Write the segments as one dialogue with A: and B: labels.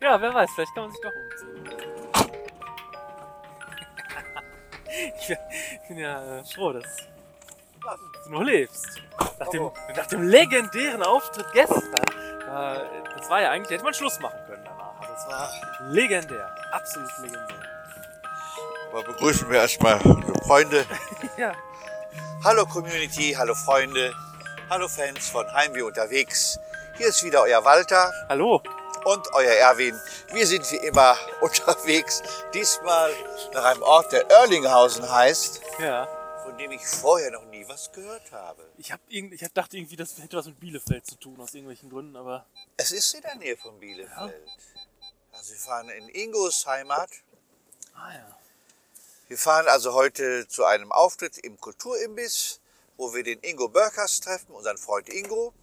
A: Ja, wer weiß, vielleicht kann man sich doch umziehen. ich bin ja äh, froh, dass du noch lebst. Nach dem,
B: Oh.
A: nach dem legendären Auftritt gestern, äh, das war ja eigentlich, hätte man Schluss machen können danach. Aber es war legendär, absolut legendär.
B: Aber begrüßen wir erstmal unsere Freunde.
A: Ja.
B: Hallo Community, hallo Freunde, hallo Fans von Heimweh unterwegs. Hier ist wieder euer Walter
A: Hallo.
B: und euer Erwin. Wir sind wie immer unterwegs. Diesmal nach einem Ort, der Erlinghausen heißt,
A: Ja.
B: von dem ich vorher noch nie was gehört habe.
A: Ich, hab irgend, ich hab dachte irgendwie, das hätte was mit Bielefeld zu tun, aus irgendwelchen Gründen, aber
B: Es ist in der Nähe von Bielefeld. Also wir fahren in Ingos Heimat.
A: ah, ja.
B: Wir fahren also heute zu einem Auftritt im Kulturimbiss, wo wir den Ingo Börkers treffen, unseren Freund Ingo,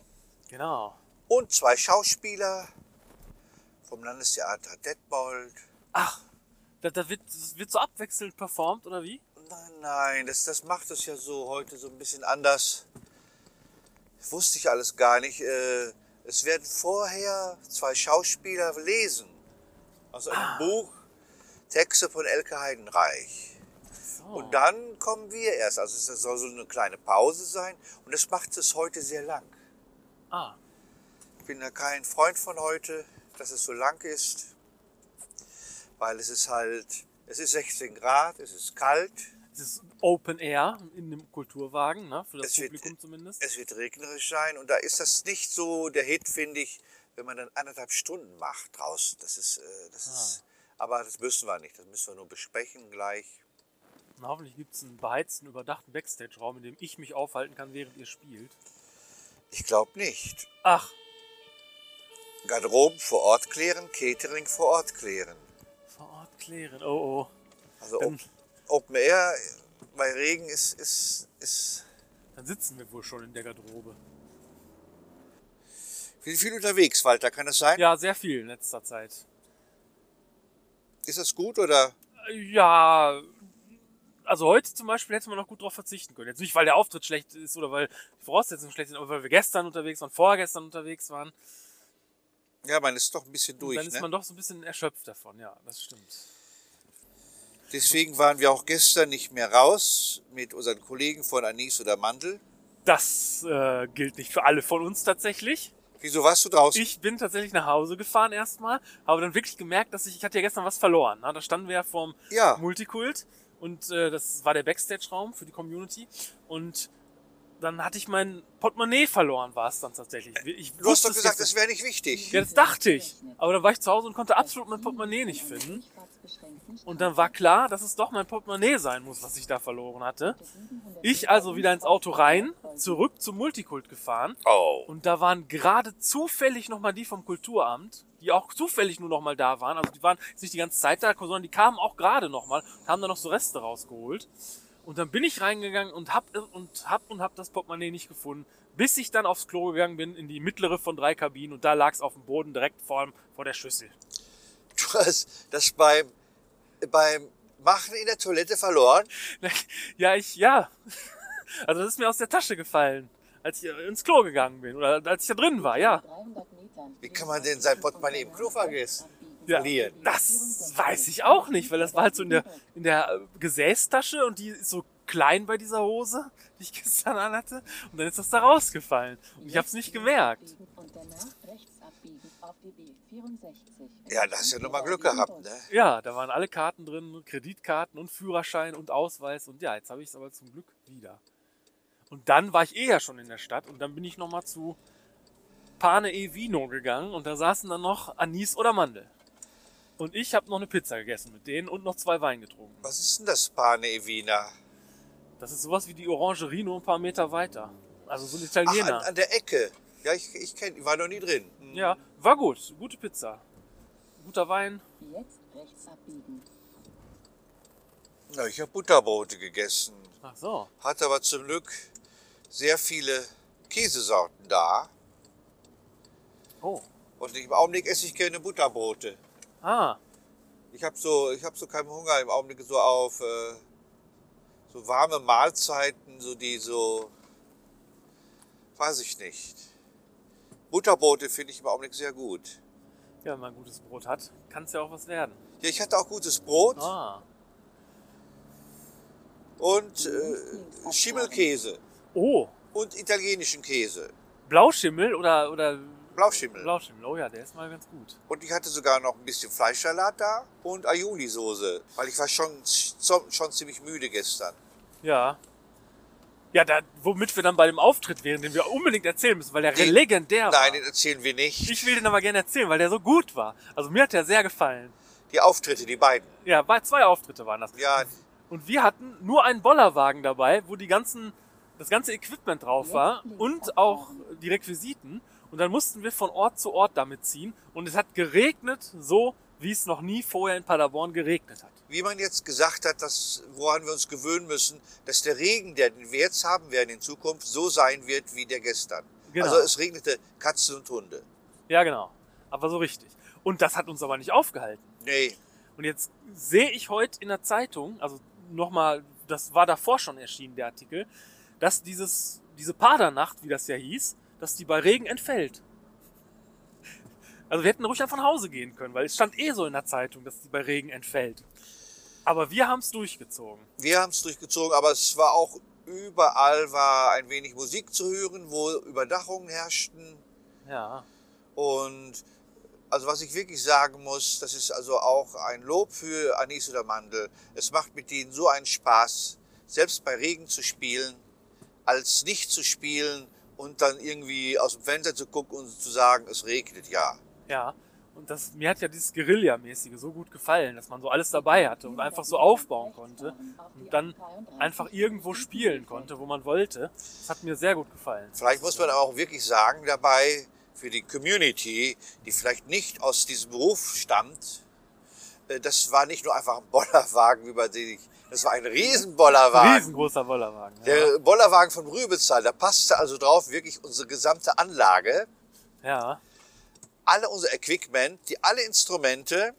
A: genau.
B: und zwei Schauspieler vom Landestheater Detmold.
A: Ach, das, das, wird, das wird so abwechselnd performt, oder wie?
B: Nein, nein, das, das macht es ja so heute so ein bisschen anders. Wusste ich alles gar nicht. Äh, Es werden vorher zwei Schauspieler lesen aus einem Buch Texte von Elke Heidenreich.
A: So.
B: Und dann kommen wir erst. Also es soll so eine kleine Pause sein. Und das macht es heute sehr lang.
A: ah,
B: Ich bin ja kein Freund von heute, dass es so lang ist. Weil es ist halt, es ist 16 Grad, es ist kalt.
A: es ist Open Air in einem Kulturwagen, ne? Für das
B: Es wird-
A: Publikum zumindest.
B: Es wird regnerisch sein und da ist das nicht so der Hit, finde ich, wenn man dann anderthalb Stunden macht draußen. Das ist, äh, das ist, aber das müssen wir nicht. Das müssen wir nur besprechen gleich.
A: Und hoffentlich gibt es einen beheizten, überdachten Backstage-Raum, in dem ich mich aufhalten kann, während ihr spielt.
B: Ich glaube nicht.
A: Ach,
B: Garderoben vor Ort klären, Catering vor Ort klären.
A: vor Ort klären. Oh, oh.
B: Also
A: Dann,
B: Op- Open Air bei Regen ist, ist, ist.
A: dann sitzen wir wohl schon in der Garderobe.
B: Wir sind viel unterwegs, Walter, kann das sein?
A: Ja, sehr viel in letzter Zeit.
B: Ist das gut oder?
A: Äh, Ja, also heute zum Beispiel hätte man noch gut drauf verzichten können. Jetzt nicht, weil der Auftritt schlecht ist oder weil die Voraussetzungen schlecht sind, aber weil wir gestern unterwegs waren, vorgestern unterwegs waren.
B: Ja, man ist doch ein bisschen durch.
A: dann ist
B: ne?
A: man doch so ein bisschen erschöpft davon, ja, das stimmt.
B: Deswegen waren wir auch gestern nicht mehr raus mit unseren Kollegen von Anis oder Mandel.
A: Das äh, gilt nicht für alle von uns tatsächlich.
B: Wieso warst du draußen?
A: Ich bin tatsächlich nach Hause gefahren erstmal, habe dann wirklich gemerkt, dass ich, ich hatte ja gestern was verloren. Ne? Da standen wir ja vorm
B: Ja.
A: Multikult und äh, das war der Backstage-Raum für die Community und dann hatte ich mein Portemonnaie verloren, war es dann tatsächlich. Ich
B: Äh, Du hast
A: wusste
B: doch
A: es
B: gesagt,
A: gestern-
B: es wäre nicht wichtig.
A: Ja, das dachte ich. Aber dann war ich zu Hause und konnte absolut mein Portemonnaie nicht finden. Und dann war klar, dass es doch mein Portemonnaie sein muss, was ich da verloren hatte. Ich also wieder ins Auto rein, zurück zum Multikult gefahren.
B: Oh.
A: Und da waren gerade zufällig nochmal die vom Kulturamt, die auch zufällig nur nochmal da waren. Also die waren jetzt nicht die ganze Zeit da, sondern die kamen auch gerade nochmal und haben da noch so Reste rausgeholt. Und dann bin ich reingegangen und hab und hab und hab das Portemonnaie nicht gefunden, bis ich dann aufs Klo gegangen bin in die mittlere von drei Kabinen und da lag es auf dem Boden direkt vor, dem- vor der Schüssel.
B: Du hast das beim, beim Machen in der Toilette verloren.
A: Ja, ich, ja. Also das ist mir aus der Tasche gefallen, als ich ins Klo gegangen bin oder als ich da drin war, ja.
B: Wie kann man denn sein Portemonnaie im Klo vergessen?
A: ja,
B: verlieren.
A: Das weiß ich auch nicht, weil das war halt so in der, in der äh, Gesäßtasche und die ist so klein bei dieser Hose, die ich gestern anhatte. Und dann ist das da rausgefallen. Und ich habe es nicht gemerkt.
B: Ja, da hast du ja nochmal Glück gehabt, ne?
A: Ja, da waren alle Karten drin, Kreditkarten und Führerschein und Ausweis. Und ja, jetzt habe ich es aber zum Glück wieder. Und dann war ich eh ja schon in der Stadt und dann bin ich nochmal zu Pane e Vino gegangen und da saßen dann noch Anis oder Mandel. Und ich habe noch eine Pizza gegessen mit denen und noch zwei Wein getrunken.
B: Was ist denn das Pane Evina?
A: Das ist sowas wie die Orangerie, nur ein paar Meter weiter. Also so ein
B: Ach,
A: Italiener.
B: an, an der Ecke. Ja, ich, ich kenne, ich war noch nie drin. Hm.
A: ja, war gut. Gute Pizza. Guter Wein.
C: Jetzt rechts abbiegen.
B: Na, ich habe Butterbrote gegessen.
A: Ach so.
B: Hatte aber zum Glück sehr viele Käsesorten da.
A: Oh.
B: Und im Augenblick esse ich gerne Butterbrote.
A: Ah,
B: Ich habe so, ich habe so keinen Hunger im Augenblick so auf äh, so warme Mahlzeiten, so die so, weiß ich nicht. Butterbrote finde ich im Augenblick sehr gut.
A: Ja, wenn man gutes Brot hat, kann es ja auch was werden.
B: Ja, ich hatte auch gutes Brot
A: Ah.
B: und äh, Schimmelkäse
A: Oh,
B: und italienischen Käse.
A: Blauschimmel oder, oder
B: Blauschimmel.
A: Blauschimmel, oh ja, der ist mal ganz gut.
B: Und ich hatte sogar noch ein bisschen Fleischsalat da und Aioli-Soße, weil ich war schon, schon, schon ziemlich müde gestern.
A: Ja. Ja, da, womit wir dann bei dem Auftritt wären, den wir unbedingt erzählen müssen, weil der
B: Den-
A: legendär war.
B: Nein, den erzählen wir nicht.
A: Ich will den aber gerne erzählen, weil der so gut war. Also mir hat der sehr gefallen.
B: Die Auftritte, die beiden.
A: Ja, bei- zwei Auftritte waren das.
B: Ja,
A: Und wir hatten nur einen Bollerwagen dabei, wo die ganzen, das ganze Equipment drauf war und auch die Requisiten. Und dann mussten wir von Ort zu Ort damit ziehen. Und es hat geregnet, so wie es noch nie vorher in Paderborn geregnet hat.
B: wie man jetzt gesagt hat, dass, woran wir uns gewöhnen müssen, dass der Regen, den wir jetzt haben werden in Zukunft, so sein wird wie der gestern.
A: Genau.
B: Also es regnete Katzen und Hunde.
A: Ja, genau. Aber so richtig. Und das hat uns aber nicht aufgehalten.
B: Nee,
A: Und jetzt sehe ich heute in der Zeitung, also nochmal, das war davor schon erschienen, der Artikel, dass dieses, diese Padernacht, wie das ja hieß, dass die bei Regen entfällt. Also wir hätten ruhig einfach nach Hause gehen können, weil es stand eh so in der Zeitung, dass die bei Regen entfällt. Aber wir haben es durchgezogen.
B: wir haben es durchgezogen, aber es war auch überall war ein wenig Musik zu hören, wo Überdachungen herrschten.
A: Ja.
B: Und also was ich wirklich sagen muss, das ist also auch ein Lob für Anis oder Mandel. Es macht mit denen so einen Spaß, selbst bei Regen zu spielen, als nicht zu spielen und dann irgendwie aus dem Fenster zu gucken und zu sagen, es regnet ja.
A: Ja. Und das, mir hat ja dieses Guerilla-mäßige so gut gefallen, dass man so alles dabei hatte und einfach so aufbauen konnte und dann einfach irgendwo spielen konnte, wo man wollte. Das hat mir sehr gut gefallen.
B: Vielleicht muss man auch wirklich sagen dabei, für die Community, die vielleicht nicht aus diesem Beruf stammt, äh, das war nicht nur einfach ein Bollerwagen, wie man den ich, das war ein Riesenbollerwagen.
A: Riesengroßer Bollerwagen. Ja.
B: Der Bollerwagen von Rübezahl, da passte also drauf wirklich unsere gesamte Anlage,
A: ja.
B: alle unser Equipment, die alle Instrumente.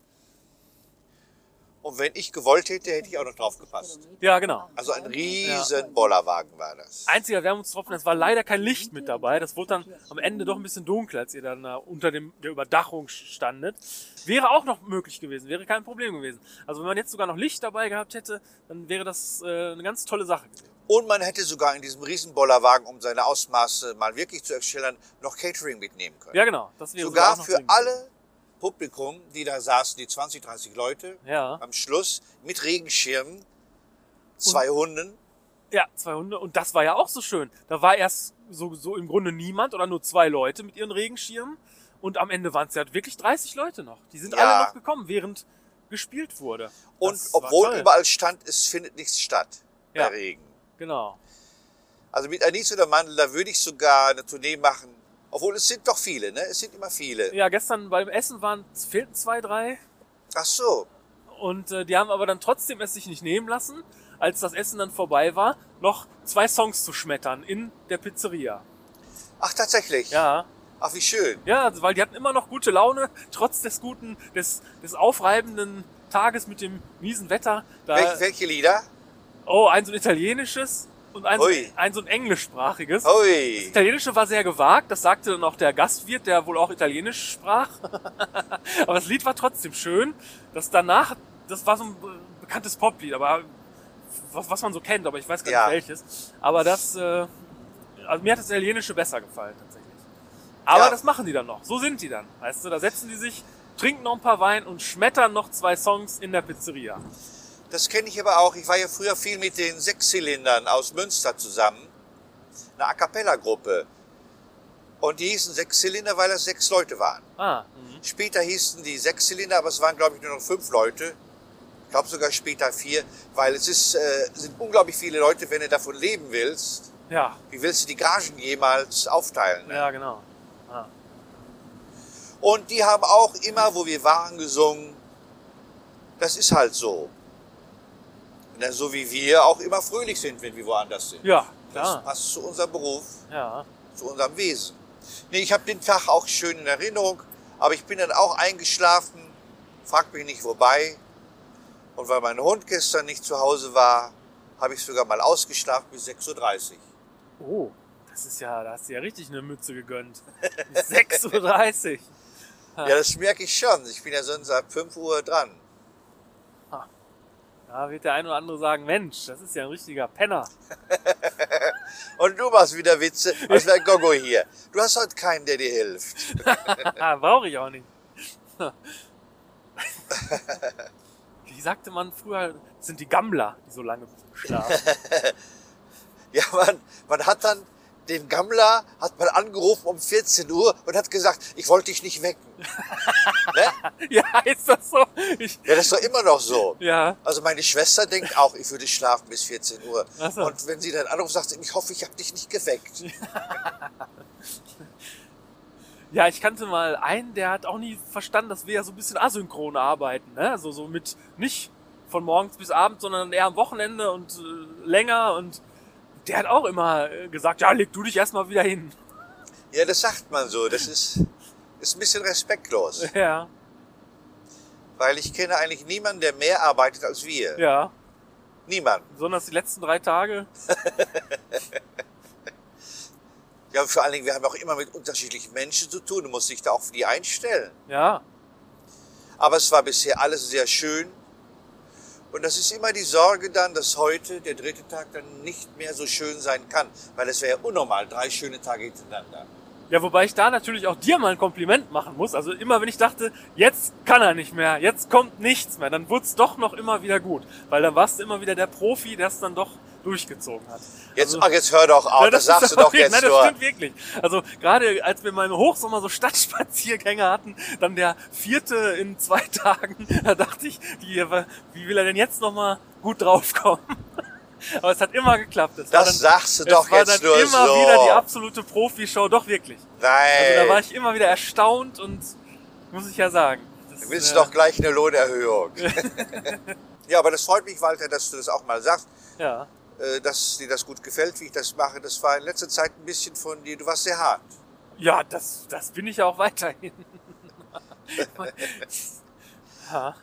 B: Und wenn ich gewollt hätte, hätte ich auch noch drauf gepasst.
A: Ja, genau.
B: Also ein riesen Bollerwagen war das.
A: Einziger Wermutstropfen, es war leider kein Licht mit dabei. Das wurde dann am Ende doch ein bisschen dunkler, als ihr dann da unter dem, der Überdachung standet. Wäre auch noch möglich gewesen, wäre kein Problem gewesen. Also wenn man jetzt sogar noch Licht dabei gehabt hätte, dann wäre das äh, eine ganz tolle Sache gewesen.
B: Und man hätte sogar in diesem riesen Bollerwagen, um seine Ausmaße mal wirklich zu erschillern, noch Catering mitnehmen können.
A: Ja, genau. Das wäre
B: sogar
A: auch noch
B: für
A: drin gewesen.
B: alle Publikum, die da saßen, die 20, 30 Leute,
A: Ja.
B: am Schluss mit Regenschirmen, zwei Hunden.
A: Ja, zwei Hunde. Und das war ja auch so schön. Da war erst so, so im Grunde niemand oder nur zwei Leute mit ihren Regenschirmen. Und am Ende waren es ja wirklich 30 Leute noch. Die sind
B: Ja.
A: alle noch gekommen, während gespielt wurde.
B: Und
A: Das war
B: obwohl
A: toll.
B: überall stand, es findet nichts statt
A: Ja.
B: bei Regen.
A: Genau.
B: Also mit Anis oder Mandel, da würde ich sogar eine Tournee machen. Obwohl es sind doch viele, ne? Es sind immer viele.
A: Ja, gestern beim Essen waren, fehlten zwei, drei.
B: Ach so.
A: Und äh, die haben aber dann trotzdem es sich nicht nehmen lassen, als das Essen dann vorbei war, noch zwei Songs zu schmettern in der Pizzeria.
B: Ach, tatsächlich.
A: Ja.
B: Ach, wie schön.
A: Ja, weil die hatten immer noch gute Laune, trotz des guten, des, des aufreibenden Tages mit dem miesen Wetter. Da,
B: Wel welche Lieder?
A: oh, ein so ein italienisches und ein, so-
B: Ui.
A: ein so ein englischsprachiges. Das
B: Ui.
A: Italienische war sehr gewagt, das sagte dann auch der Gastwirt, der wohl auch Italienisch sprach. aber das Lied war trotzdem schön. Das danach, das war so ein be- bekanntes Poplied, aber was, was man so kennt, aber ich weiß gar
B: Ja.
A: nicht welches. Aber das, äh, also mir hat das Italienische besser gefallen tatsächlich. Aber
B: Ja.
A: das machen die dann noch. So sind die dann. Weißt du, da setzen die sich, trinken noch ein paar Wein und schmettern noch zwei Songs in der Pizzeria.
B: Das kenne ich aber auch. Ich war ja früher viel mit den Sechszylindern aus Münster zusammen. Eine A Cappella-Gruppe. Und die hießen Sechszylinder, weil das sechs Leute waren.
A: Ah, mhm.
B: Später hießen die Sechszylinder, aber es waren, glaube ich, nur noch fünf Leute. Ich glaube sogar später vier, weil es ist, äh, sind unglaublich viele Leute, wenn du davon leben willst.
A: ja,
B: Wie willst du die Gagen jemals aufteilen? ne?
A: ja, genau. Ah.
B: Und die haben auch immer, wo wir waren, gesungen. Das ist halt so. Na, so wie wir auch immer fröhlich sind, wenn wir woanders sind.
A: Ja,
B: Das
A: klar.
B: passt zu unserem Beruf,
A: Ja.
B: zu unserem Wesen. Nee, ich habe den Tag auch schön in Erinnerung, aber ich bin dann auch eingeschlafen, fragt mich nicht wobei. Und weil mein Hund gestern nicht zu Hause war, habe ich sogar mal ausgeschlafen bis 6.30 Uhr.
A: Oh, das ist ja, da hast du ja richtig eine Mütze gegönnt. 6.30 Uhr.
B: Ja, das merke ich schon. Ich bin ja sonst ab 5 Uhr dran.
A: Da wird der ein oder andere sagen, Mensch, das ist ja ein richtiger Penner.
B: Und du machst wieder Witze, als wäre Gogo hier. Du hast heute keinen, der dir hilft.
A: Brauche ich auch nicht. Wie sagte man früher, das sind die Gammler, die so lange schlafen.
B: Ja, man, man hat dann den Gammler, hat man angerufen um 14 Uhr und hat gesagt, ich wollte dich nicht wecken. ne?
A: ja, ist das so? Ich,
B: Ja, das ist doch immer noch so.
A: ja,
B: Also meine Schwester denkt auch, ich würde schlafen bis 14 Uhr.
A: Ach so.
B: Und wenn sie dann anruft, sagt sie, ich hoffe, ich habe dich nicht geweckt.
A: ja, ich kannte mal einen, der hat auch nie verstanden, dass wir ja so ein bisschen asynchron arbeiten. Ne? Also so mit nicht von morgens bis abends, sondern eher am Wochenende und äh, länger. Und der hat auch immer äh, gesagt, ja, leg du dich erstmal wieder hin.
B: Ja, das sagt man so. Das ist, ist ein bisschen respektlos.
A: Ja,
B: Weil ich kenne eigentlich niemanden, der mehr arbeitet als wir.
A: ja.
B: Niemand.
A: Besonders die letzten drei Tage.
B: Ja, vor allen Dingen, wir haben auch immer mit unterschiedlichen Menschen zu tun. Du musst dich da auch für die einstellen.
A: Ja,
B: Aber es war bisher alles sehr schön. Und das ist immer die Sorge dann, dass heute der dritte Tag dann nicht mehr so schön sein kann. Weil es wäre ja unnormal, drei schöne Tage hintereinander.
A: Ja, wobei ich da natürlich auch dir mal ein Kompliment machen muss. Also immer, wenn ich dachte, jetzt kann er nicht mehr, jetzt kommt nichts mehr, dann wurde es doch noch immer wieder gut. Weil dann warst du immer wieder der Profi, der es dann doch durchgezogen hat.
B: Jetzt,
A: Also-
B: ach, jetzt hör doch auf,
A: Ja,
B: das,
A: ist
B: sagst du doch
A: wirklich-
B: jetzt
A: Nein, das
B: nur.
A: stimmt wirklich. Also gerade als wir mal im Hochsommer so Stadtspaziergänge hatten, dann der vierte in zwei Tagen, da dachte ich, wie, wie will er denn jetzt nochmal gut draufkommen? Aber es hat immer geklappt. Es war
B: Das sagst du doch
A: es war
B: jetzt
A: dann
B: nur
A: immer
B: so.
A: wieder die absolute Profi-Show, doch wirklich.
B: Nein,
A: Also da war ich immer wieder erstaunt und muss ich ja sagen. Das,
B: du willst
A: äh,
B: doch gleich eine Lohnerhöhung. ja, aber das freut mich, Walter, dass du das auch mal sagst,
A: Ja.
B: äh, dass dir das gut gefällt, wie ich das mache. Das war in letzter Zeit ein bisschen von dir, du warst sehr hart.
A: Ja, das, das bin ich ja auch weiterhin. ja.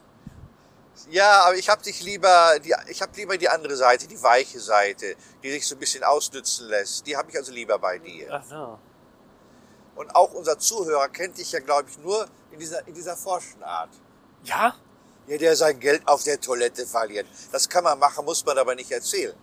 B: Ja, aber ich habe dich lieber, die, ich habe lieber die andere Seite, die weiche Seite, die sich so ein bisschen ausnützen lässt. Die habe ich also lieber bei dir.
A: Ach so.
B: Und auch unser Zuhörer kennt dich ja, glaube ich, nur in dieser, in dieser Forschenart.
A: Ja?
B: Ja, der sein Geld auf der Toilette verliert. Das kann man machen, muss man aber nicht erzählen.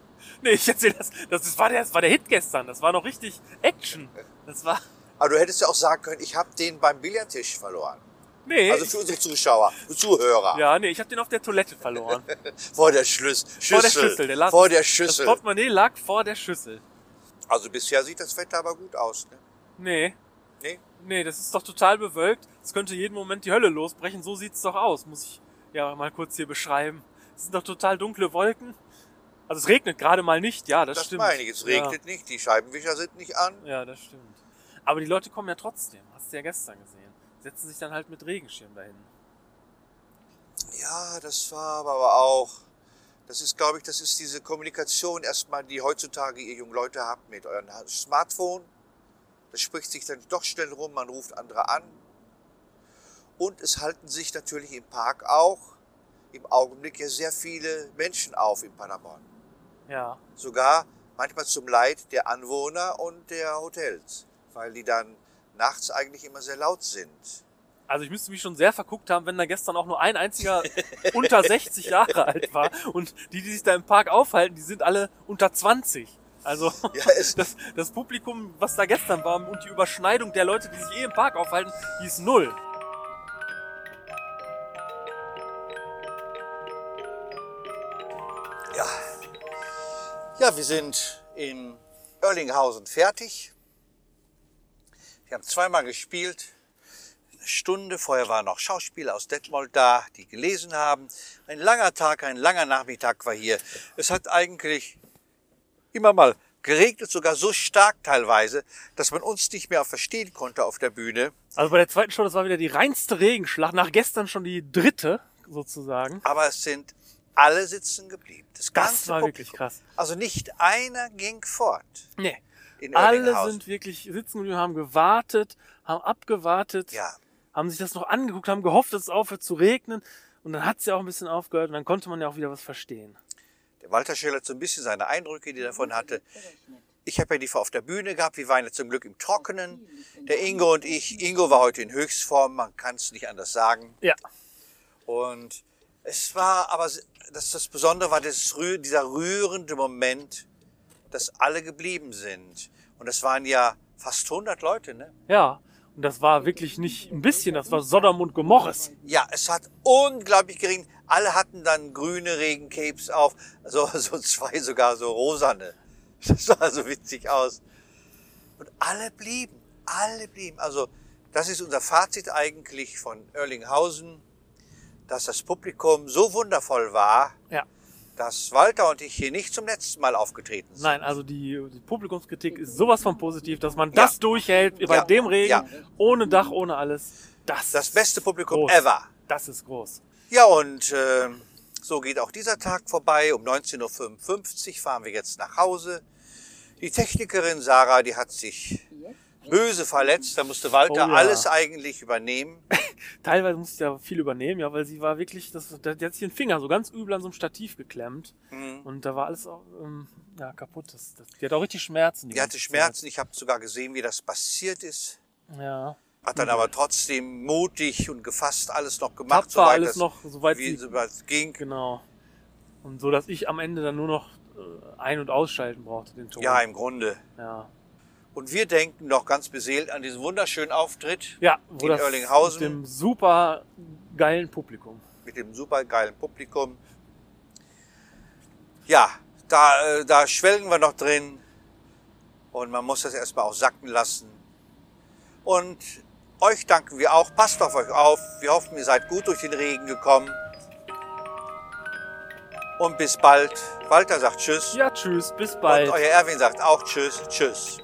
A: Nee, ich erzähl das. Das, ist- war der, das war der Hit gestern. Das war noch richtig Action. Das war.
B: Aber du hättest ja auch sagen können, ich habe den beim Billardtisch verloren.
A: Nee.
B: Also für unsere Zuschauer, für Zuhörer.
A: ja, nee, ich habe den auf der Toilette verloren.
B: Vor der Schlüs Schüssel.
A: Vor der Schüssel. Der lag,
B: vor der
A: Das
B: Schüssel.
A: Portemonnaie lag vor der Schüssel.
B: Also bisher sieht das Wetter aber gut aus. Ne?
A: Nee.
B: Nee?
A: Nee, das ist doch total bewölkt. Es könnte jeden Moment die Hölle losbrechen. So sieht's doch aus, muss ich ja mal kurz hier beschreiben. Es sind doch total dunkle Wolken. Also es regnet gerade mal nicht, ja, das,
B: Das
A: stimmt.
B: meine ich. Es regnet nicht, die Scheibenwischer sind nicht an.
A: Ja, ja, das stimmt. Aber die Leute kommen ja trotzdem. Hast du ja gestern gesehen. Setzen sich dann halt mit Regenschirm dahin.
B: Ja, das war aber auch. Das ist, glaube ich, das ist diese Kommunikation erstmal, die heutzutage ihr jungen Leute habt mit eurem Smartphone. Das spricht sich dann doch schnell rum, man ruft andere an. Und es halten sich natürlich im Park auch im Augenblick ja sehr viele Menschen auf in Paderborn.
A: Ja.
B: Sogar manchmal zum Leid der Anwohner und der Hotels, weil die dann nachts eigentlich immer sehr laut sind.
A: Also ich müsste mich schon sehr verguckt haben, wenn da gestern auch nur ein einziger unter 60 Jahre alt war. Und die, die sich da im Park aufhalten, die sind alle unter 20. Also
B: Ja, es,
A: das, das Publikum, was da gestern war und die Überschneidung der Leute, die sich eh im Park aufhalten, die ist null.
B: Ja. ja, wir sind in Erlinghausen fertig. Wir haben zweimal gespielt. Eine Stunde. Vorher waren noch Schauspieler aus Detmold da, die gelesen haben. Ein langer Tag, ein langer Nachmittag war hier. Es hat eigentlich immer mal geregnet, sogar so stark teilweise, dass man uns nicht mehr verstehen konnte auf der Bühne.
A: Also bei der zweiten Show, das war wieder die reinste Regenschlacht. Nach gestern schon die dritte, sozusagen.
B: Aber es sind alle sitzen geblieben. Das
A: Das
B: ganze
A: war
B: Publikum.
A: wirklich krass.
B: Also nicht einer ging fort.
A: Nee.
B: In
A: Alle
B: Oerlinghausen.
A: sind wirklich sitzen geblieben, haben gewartet, haben abgewartet.
B: Ja,
A: haben sich das noch angeguckt, haben gehofft, dass es aufhört zu regnen. Und dann hat es ja auch ein bisschen aufgehört und dann konnte man ja auch wieder was verstehen.
B: Der Walter schildert so ein bisschen seine Eindrücke, die er davon hatte.
C: Berechnet.
B: Ich habe ja die auf der Bühne gehabt, wir waren ja zum Glück im Trockenen. Der Ingo und ich, Ingo war heute in Höchstform, man kann es nicht anders sagen.
A: Ja.
B: Und es war aber, das, das Besondere war dieses, rühr- dieser rührende Moment, dass alle geblieben sind. Und das waren ja fast 100 Leute, ne?
A: Ja. Und das war wirklich nicht ein bisschen, das war Sodom und Gomorres.
B: Ja, es hat unglaublich gering. Alle hatten dann grüne Regencapes auf, so, so zwei sogar so rosane. Das sah so witzig aus. Und alle blieben, alle blieben. Also das ist unser Fazit eigentlich von Erlinghausen, dass das Publikum so wundervoll war,
A: Ja.
B: dass Walter und ich hier nicht zum letzten Mal aufgetreten sind.
A: Nein, also die, die Publikumskritik ist sowas von positiv, dass man das durchhält bei
B: Ja.
A: dem Regen,
B: Ja.
A: ohne Dach, ohne alles. Das,
B: Das beste Publikum
A: Groß.
B: ever.
A: das ist groß.
B: Ja, und äh, so geht auch dieser Tag vorbei. Um 19.55 Uhr fahren wir jetzt nach Hause. Die Technikerin Sarah, die hat sich böse verletzt. Da musste Walter
A: Oh ja.
B: alles eigentlich übernehmen.
A: Teilweise musste ich ja viel übernehmen, ja, weil sie war wirklich, das, die hat sich den Finger so ganz übel an so einem Stativ geklemmt.
B: Mhm.
A: Und da war alles auch, ähm, ja, kaputt. Das, das, die hat auch richtig Schmerzen.
B: Die hatte
A: ganze
B: Schmerzen. Ich habe sogar gesehen, wie das passiert ist.
A: Zeit. Ja.
B: Hat dann aber trotzdem mutig und gefasst alles noch gemacht,
A: Mhm. Tapfer
B: soweit
A: alles
B: das
A: noch, soweit
B: wie,
A: sie,
B: soweit es ging.
A: Genau. Und so, dass ich am Ende dann nur noch äh, ein- und ausschalten brauchte, den Ton.
B: Ja, im Grunde.
A: ja.
B: Und wir denken noch ganz beseelt an diesen wunderschönen Auftritt
A: Ja, wo
B: In
A: das
B: Oerlinghausen.
A: mit dem super geilen Publikum.
B: mit dem supergeilen Publikum. Ja, da, äh, da schwelgen wir noch drin und man muss das erstmal auch sacken lassen. Und euch danken wir auch. Passt auf euch auf. Wir hoffen, ihr seid gut durch den Regen gekommen. Und bis bald. Walter sagt Tschüss.
A: Ja, tschüss, bis
B: und
A: bald.
B: euer Erwin sagt auch Tschüss. Tschüss.